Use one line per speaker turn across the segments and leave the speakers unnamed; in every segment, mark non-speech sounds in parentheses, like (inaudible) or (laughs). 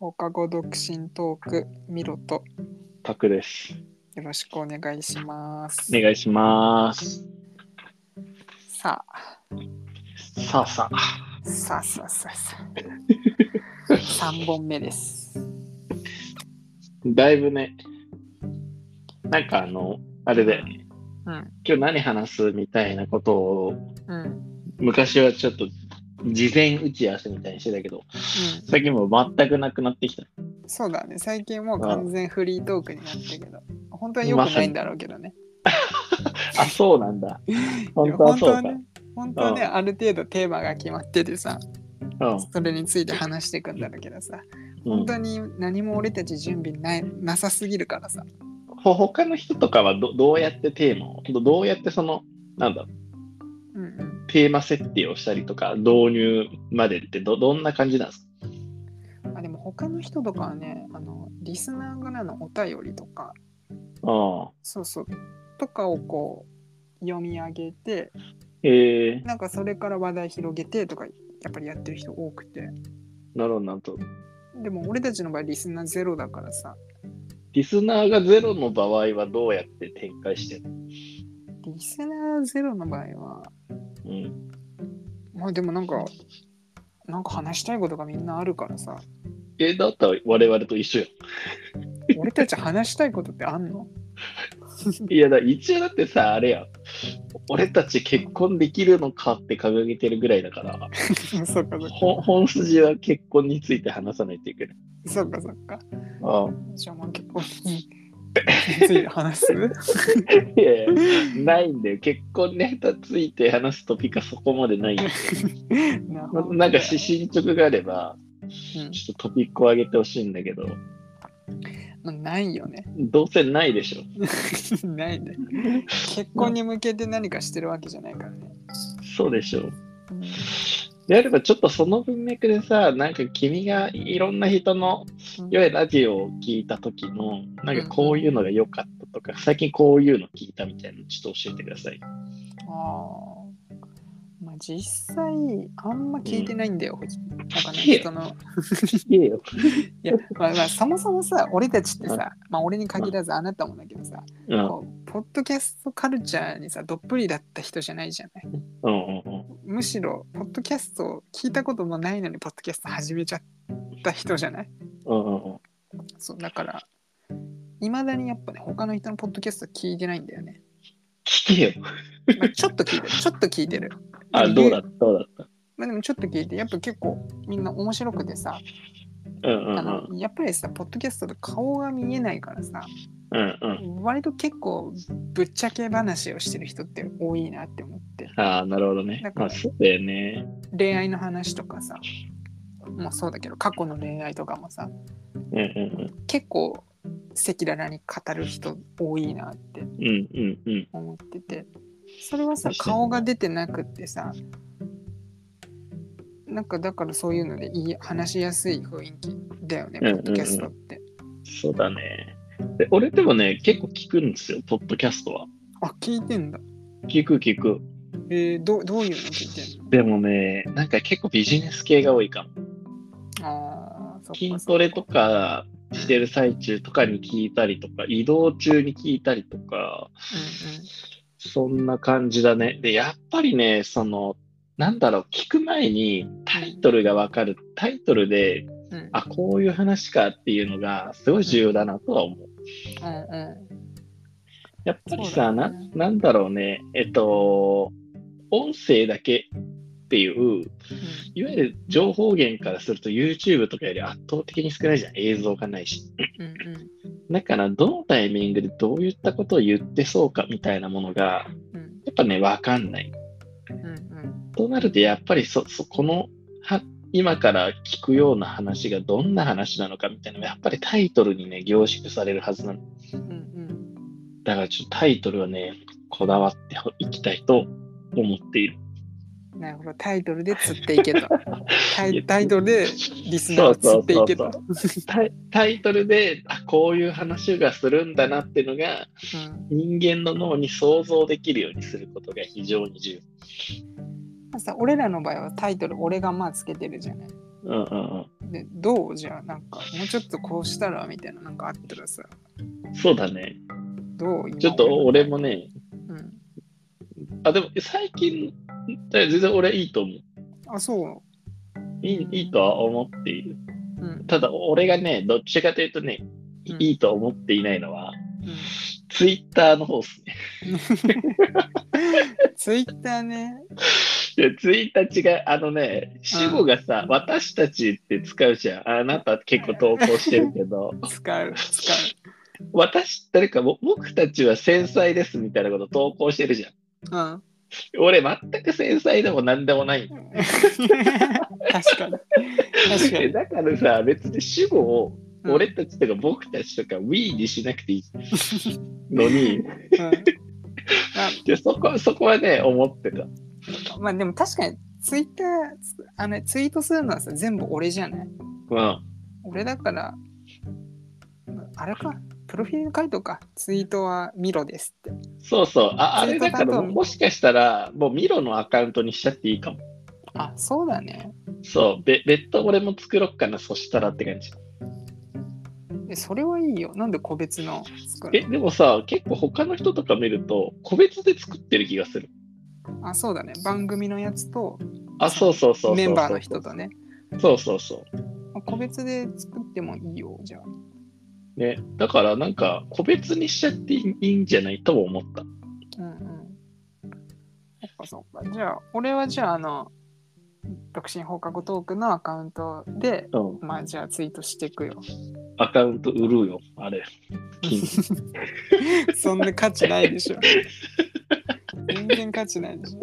放課後独身トークミロと
タクです。
よろしくお願いします
お。願いします。
さあ
さあさあ、
さあさあさあさ
(laughs)
あ三本目です。
だいぶね、なんかあの、あれで、
うん
今日何話すみたいなことを、
うんうん
昔はちょっと事前打ち合わせみたいにしてたけど、最近もう全くなくなってきた。
そうだね最近もう完全フリートークになったけど本当は良くないんだろうけどね。
あ、そうなん
(laughs)
だ。
い
本
や
当は
本当
そう
は
か。
ね本当はねある程度テーマが決まっててさそれについて話していくんだろうけどさ
うんう
本
ん、
当に何も俺たち準備ないなさすぎるからさ。
ほ他の人とかはどどうやってテーマを、どどうやってその、なんだろう
うんうん
テーマ設定をしたりとか、導入までってどどんな感じなんですか
あでも他の人とかはねあのリスナーからのお便りとか
ああ
そうそうとかをこう読み上げて
えー、
なんかそれから話題広げてとかやっぱりやってる人多くて
なるほどなるほど。
でも俺たちの場合リスナーゼロだからさ
リスナーがゼロの場合はどうやって展開してるの、
リスナーゼロの場合は
うん、
まあでもなんかなんか話したいことがみんなあるからさ
え、だったら我々と一緒よ。
俺たち話したいことってあんの (laughs)
いやだ、一応だってさ、あれや。俺たち結婚できるのかって掲げてるぐらいだから、
そっかそっか
ほん本筋は結婚について話さないといけない。
そっかそっか
ああ
じゃあまあ結
(laughs)
構について話す (laughs)
いやいやないんだよ。結婚ネタついて話すトピックはそこまでないんだよ。
なるほ
な
ど
なんかし進捗があれ
う
ば、
ん
ちょっとトピックを上げてほしいんだけど、
まあないよね。 (laughs)
どうせないでしょ。
ないね。結婚に向けて何かしてるわけじゃないからね。
そうでしょう。
うん
であればちょっとその文脈でさなんか君がいろんな人のいわゆるラジオを聞いた時のなんかこういうのが良かったとか、最近こういうの聞いたみたいなのちょっと教えてください
あーまあ実際あんま聞いてないんだよ。なんかね
いや
人の。
いえよ、
(laughs) いやまあまあそもそもさ俺たちってさ、まあ俺に限らずあなたもだけどさ、
うん、うん
こうポッドキャストカルチャーにさどっぷりだった人じゃないじゃない。
うんうん
むしろポッドキャストを聞いたこともないのにポッドキャスト始めちゃった人じゃない。
うんうんうん
そうだからいまだにやっぱね他の人のポッドキャスト聞いてないんだよね、
聞けよ
まあ、ちょっと
(laughs)
聞いてるちょっと聞いてる
あどうだったどうだっ
まあでもちょっと聞いてやっぱ結構みんな面白くてさ、
たうんうんう
あ
ん
のやっぱりさポッドキャストで顔が見えないからさ
うんうん
割と結構ぶっちゃけ話をしてる人って多いなって思って
ああなるほどね
だか
ま
ら
あそうだよね
恋愛の話とかさまあそうだけど過去の恋愛とかもさ
うんうん
結構赤裸々に語る人多いなって
うんうんうんうん
思っててそれはさ
確かに
顔が出てなくってさなんかだからそういうのでいい話しやすい雰囲気だよね
うん
ポ
うん
ッ
うん
ドキャストって、
そうだねで俺でもね結構聞くんですよポッドキャストは
あ聞いてんだ
聞く聞く
えー、どうどういうの聞いてん
でもねなんか結構ビジネス系が多いかも
のあーそっか
筋トレとかしてる最中とかに聞いたりとか、移動中に聞いたりとか、そんな感じだね。で、やっぱりね、その、なんだろう、聞く前にタイトルがわかる、タイトルで、
うんうんうん
あ、こういう話かっていうのが、すごい重要だなとは思う。
うんうん
やっぱり
そ
さ、
うだ
な
ね
なんだろうね、えっと、音声だけっていう、いわゆる情報源からすると YouTube とかより圧倒的に少ないじゃん、映像がないし。
うんうん
だから、どのタイミングでどういったことを言ってそうかみたいなものが、
うん
やっぱね、わかんない。
うんうん
となると、やっぱりそ、そこの、は、今から聞くような話がどんな話なのかみたいなのが、やっぱりタイトルにね、凝縮されるはずなの。
うん
だから、ちょっとタイトルはね、こだわっていきたいと思っている。
うんなるほどタイトルで釣っていけ
(laughs)
とタイタイトルでリスナーを
そ
釣
う
って
そ
いう
そ
けと
うそうタイタイトルで、あ、こういう話がするんだなっていうのが、
(laughs) うん
人間の脳に想像できるようにすることが非常に重要。
まあさ俺らの場合はタイトル俺がまあつけてるじゃない。
うんうん
でどうじゃあなんかもうちょっとこうしたらみたいななんかあったらさ
うん。そうだね。
どう今
ちょっと俺もね、
うん、
あ、でも最近、だ全然俺はいいと思う。
あそ
いいいいとは思っている。
う
(laughs)
うん
ただ、俺がね、どっちかというとね、い
うん
いいと思っていないのは、
うん
ツイッターの方ですね。 (laughs)
ツイッターね
でツイッター違う、あのね、主語がさ、私たちって使うじゃん。あなた結構投稿してるけど、 (laughs)
使う使
私、誰かも、僕たちは繊細ですみたいなこと投稿してるじゃ
う
ん。
うん (laughs)
俺、全く繊細でも何でもない。
確かに確か
え
に
だからさ、別に主語を、 (laughs) 俺たちとか僕たちとか We にしなくていいの
(laughs)
に、
うん、うん
でそこそこはね、思ってた。
あまあでも確かにツイッターあのツイートするのはさ全部俺じゃない
うん
俺だからあれかプロフィール書いとかツイートは見ろですって
そうそう。ああ
ツイ
れ
ート
だから
だと
もしかしたら、もうミロのアカウントにしちゃっていいかも。
あそうだね
そう。べ別途俺も作ろっかな、そしたらって感じ。
えそれはいいよなんで個別の作
え、
る
でもさ、結構他の人とか見ると、個別で作ってる気がする。
のあそうだね番組のやつと
あ、そうそうそうそうそう。
メンバーの人とね
そうそうそ
まあ個別で作ってもいいよじゃあ
う。ね。だからなんか、個別にしちゃっていいんじゃないとも思った。
うんうんそっかそっかじゃあ俺はじゃああの独身放課後トークのアカウントで
うん。
まあじゃあツイートしていく
(laughs)
よ
アカウント売るよ、
(laughs)
あれ。金
そんな価値ないでしょ全然価値ないでしょ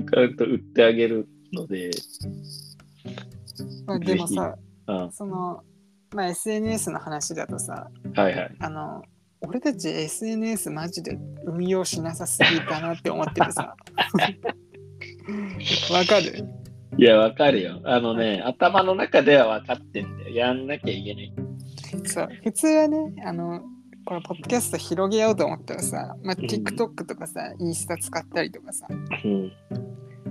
アカウント売ってあげるので、
まあ、
ぜ
で
ひ
もさ
うん。は
その、まあ、SNS の話だとさ
いはい。
あの俺たち SNS マジで運用しなさすぎだなって思ってる
(laughs)
さわかる
いや、わかるよ。あのね、頭の中では分かってんだよ。やんなきゃいけない。
そう普通はねあのこのポッドキャスト広げようと思ったらさ、まあ、
ん
TikTok とかさ、インスタ使ったりとかさ
うん。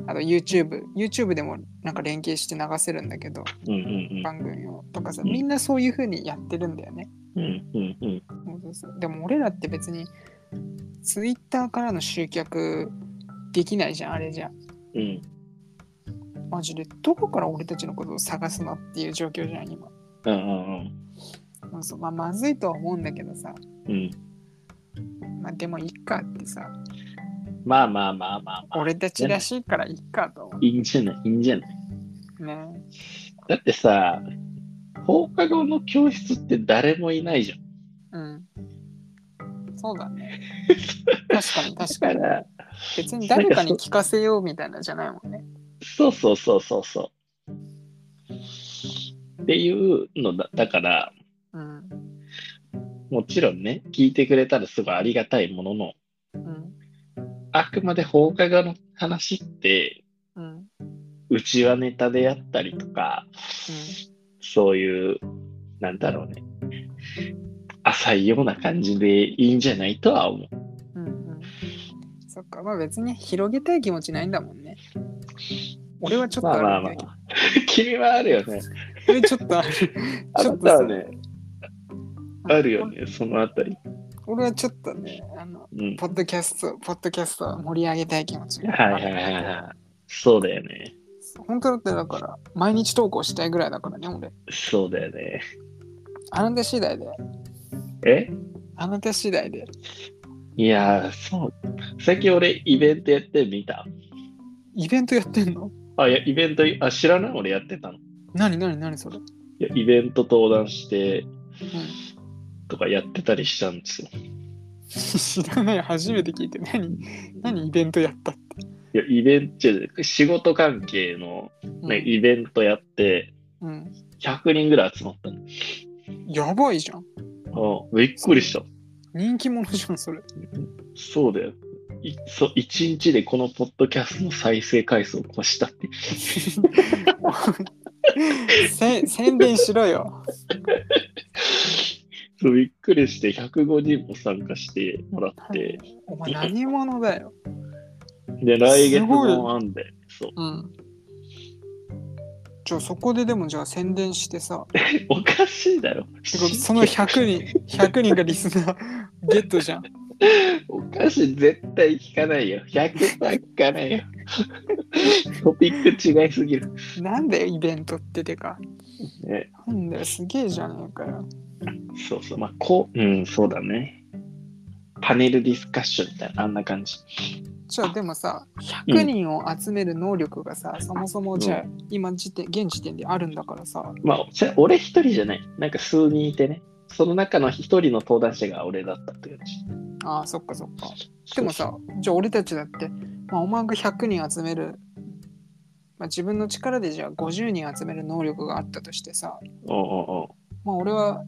あと YouTubeYouTube でもなんか連携して流せるんだけど
うんうん
番組をとかさ
うん
みんなそういう風にやってるんだよね、
うん。うんうんうん。
そうそうそうでも俺らって別に Twitter からの集客できないじゃんあれじゃん
うん。
マジでどこから俺たちのことを探すのっていう状況じゃん今
うんうん
そうそう、まあ、まずいとは思うんだけどさ、
うん。うん。
まあ、でもいっかってさ
まあまあまあまあまあ。
俺たちらしいからいっかと思
いいんじゃないいいんじゃないう
ね
だってさ、放課後の教室って誰もいないじゃん。
うん。そうだ
(laughs)
ね。確かに確か
だか
に。
ら、
別に誰かに聞かせようみたいなんじゃないもんね。
そうそうそうそうそう。っていうのだ、だから、
うん。
もちろんね、聞いてくれたらすごいありがたいものの、
うん。
あくまで放課後の話って、
うん。うん。
うちはネタであったりとか、そういう、なんだろうね、浅いような感じでいいんじゃないとは思う。
うん。うん。そっか。まあ別に広げたい気持ちないんだもんね。俺はちょっと
まあま
あ
あ
るん
ま
だ
あ
けど。。
君はあるよね。
俺ちょっとある。
(laughs) あ
ち
な
ょっと
た
さ
はね、あるよ。ね、そのあたり。
俺はちょっとね、あの、
うん。
ポッドキャスト、ポッドキャストを盛り上げたい気持ちが
はいはいはいはい。そうだよね。
本当だってだから、毎日投稿したいぐらいだからね、俺。
そうだよね。
あなた次第で。
え
あなた次第で。
いやー、そう。最近俺、イベントやってみた。
イベントやってんの
あ、いや、イベント、あ、知らない俺やってたの。い
何何何それ (laughs)
や、イベント登壇して
うん
とかやってたりしたんですよ。
知らない初めて聞いて何何イベントやったって、
いや、イベント違う、仕事関係の、
うん
ねイベントやって、
うん
100人ぐらい集まった
やばいじゃん
の。うん、びっくりした。
人気者じゃんそれ (laughs)
そうだよ。いそう一日でこのポッドキャストの再生回数を越したって。
せ宣伝しろよ
そうびっくりして、105人も参加してもらって、
お前何者だよ
で、来月
すごい
もあんで、そう。
うんじゃあそこででもじゃあ宣伝してさ、
おかしいだろ。
てことその100人、100人がリスナーゲットじゃん。
おかしい、絶対聞かないよ。100%聞かないよ。トピック違いすぎる。
なんだよ、イベントっててか。
ね、
なんだよ、すげえじゃねえかよ。
そうそう、まあ、こう、うん、そうだね。パネルディスカッションみたいな、あんな感じ。
じゃあでもさ、100人を集める能力がさ、そもそもじゃあ今時点、現時点であるんだからさ、
まあ、それ俺一人じゃない。なんか数人いてね。その中の一人の登壇者が俺だったっていう話。
ああ、そっかそっか。でもさ、じゃあ俺たちだって、まあ、お前が100人集める、まあ、自分の力でじゃあ50人集める能力があったとしてさ、
おうお
まあ俺は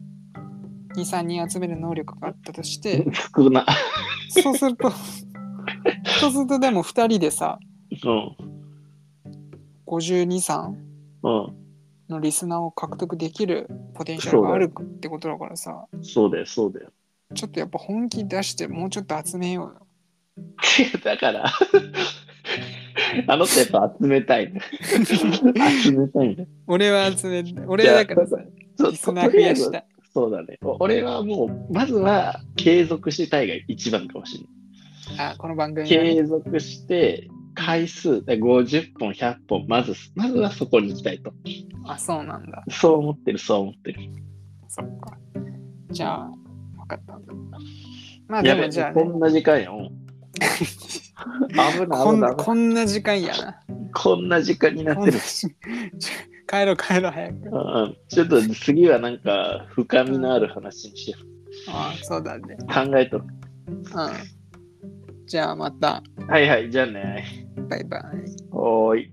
2、3人集める能力があったとし
うお
て
う、少な。
そうすると、そうするとでも2人でさ、
うん。
52、3
う
のリスナーを獲得できるポテンシャルがあるってことだからさ、
ん。そうだよ、そうだよ。 (laughs)
ちょっとやっぱ本気出してもうちょっと集めようよ。
いやだから、あの人やっぱ集めた
(laughs)
いね。集めたいね。
俺は集め、俺はだからさ、
そう
リスナー増やしたい。
そうだね。お俺はもう、まずは継続したいが一番かもしれ
あ、この番組
ない。
ね
継続して、回数で50本、100本、まず、まずはそこに行きたいと。
あ、そうなんだ。
そう思ってる、そう思ってる。
そっか。じゃあ、分かった。まあで
やべ
も
え、
じゃあ
こ
ね、
んな時間やん。危ない危ない
こん
危ない
こんな時間やな。
こんな時間にな
こ
っ
ん
て
な
る。
時間 (laughs) ちょ帰ろう帰ろう早く。
うんちょっと次はなんか深みのある話にして
ああ、そうだね。
考えとる。
うん。じゃあまた。
はいはい、じゃあね。
バイバイ。
おーい。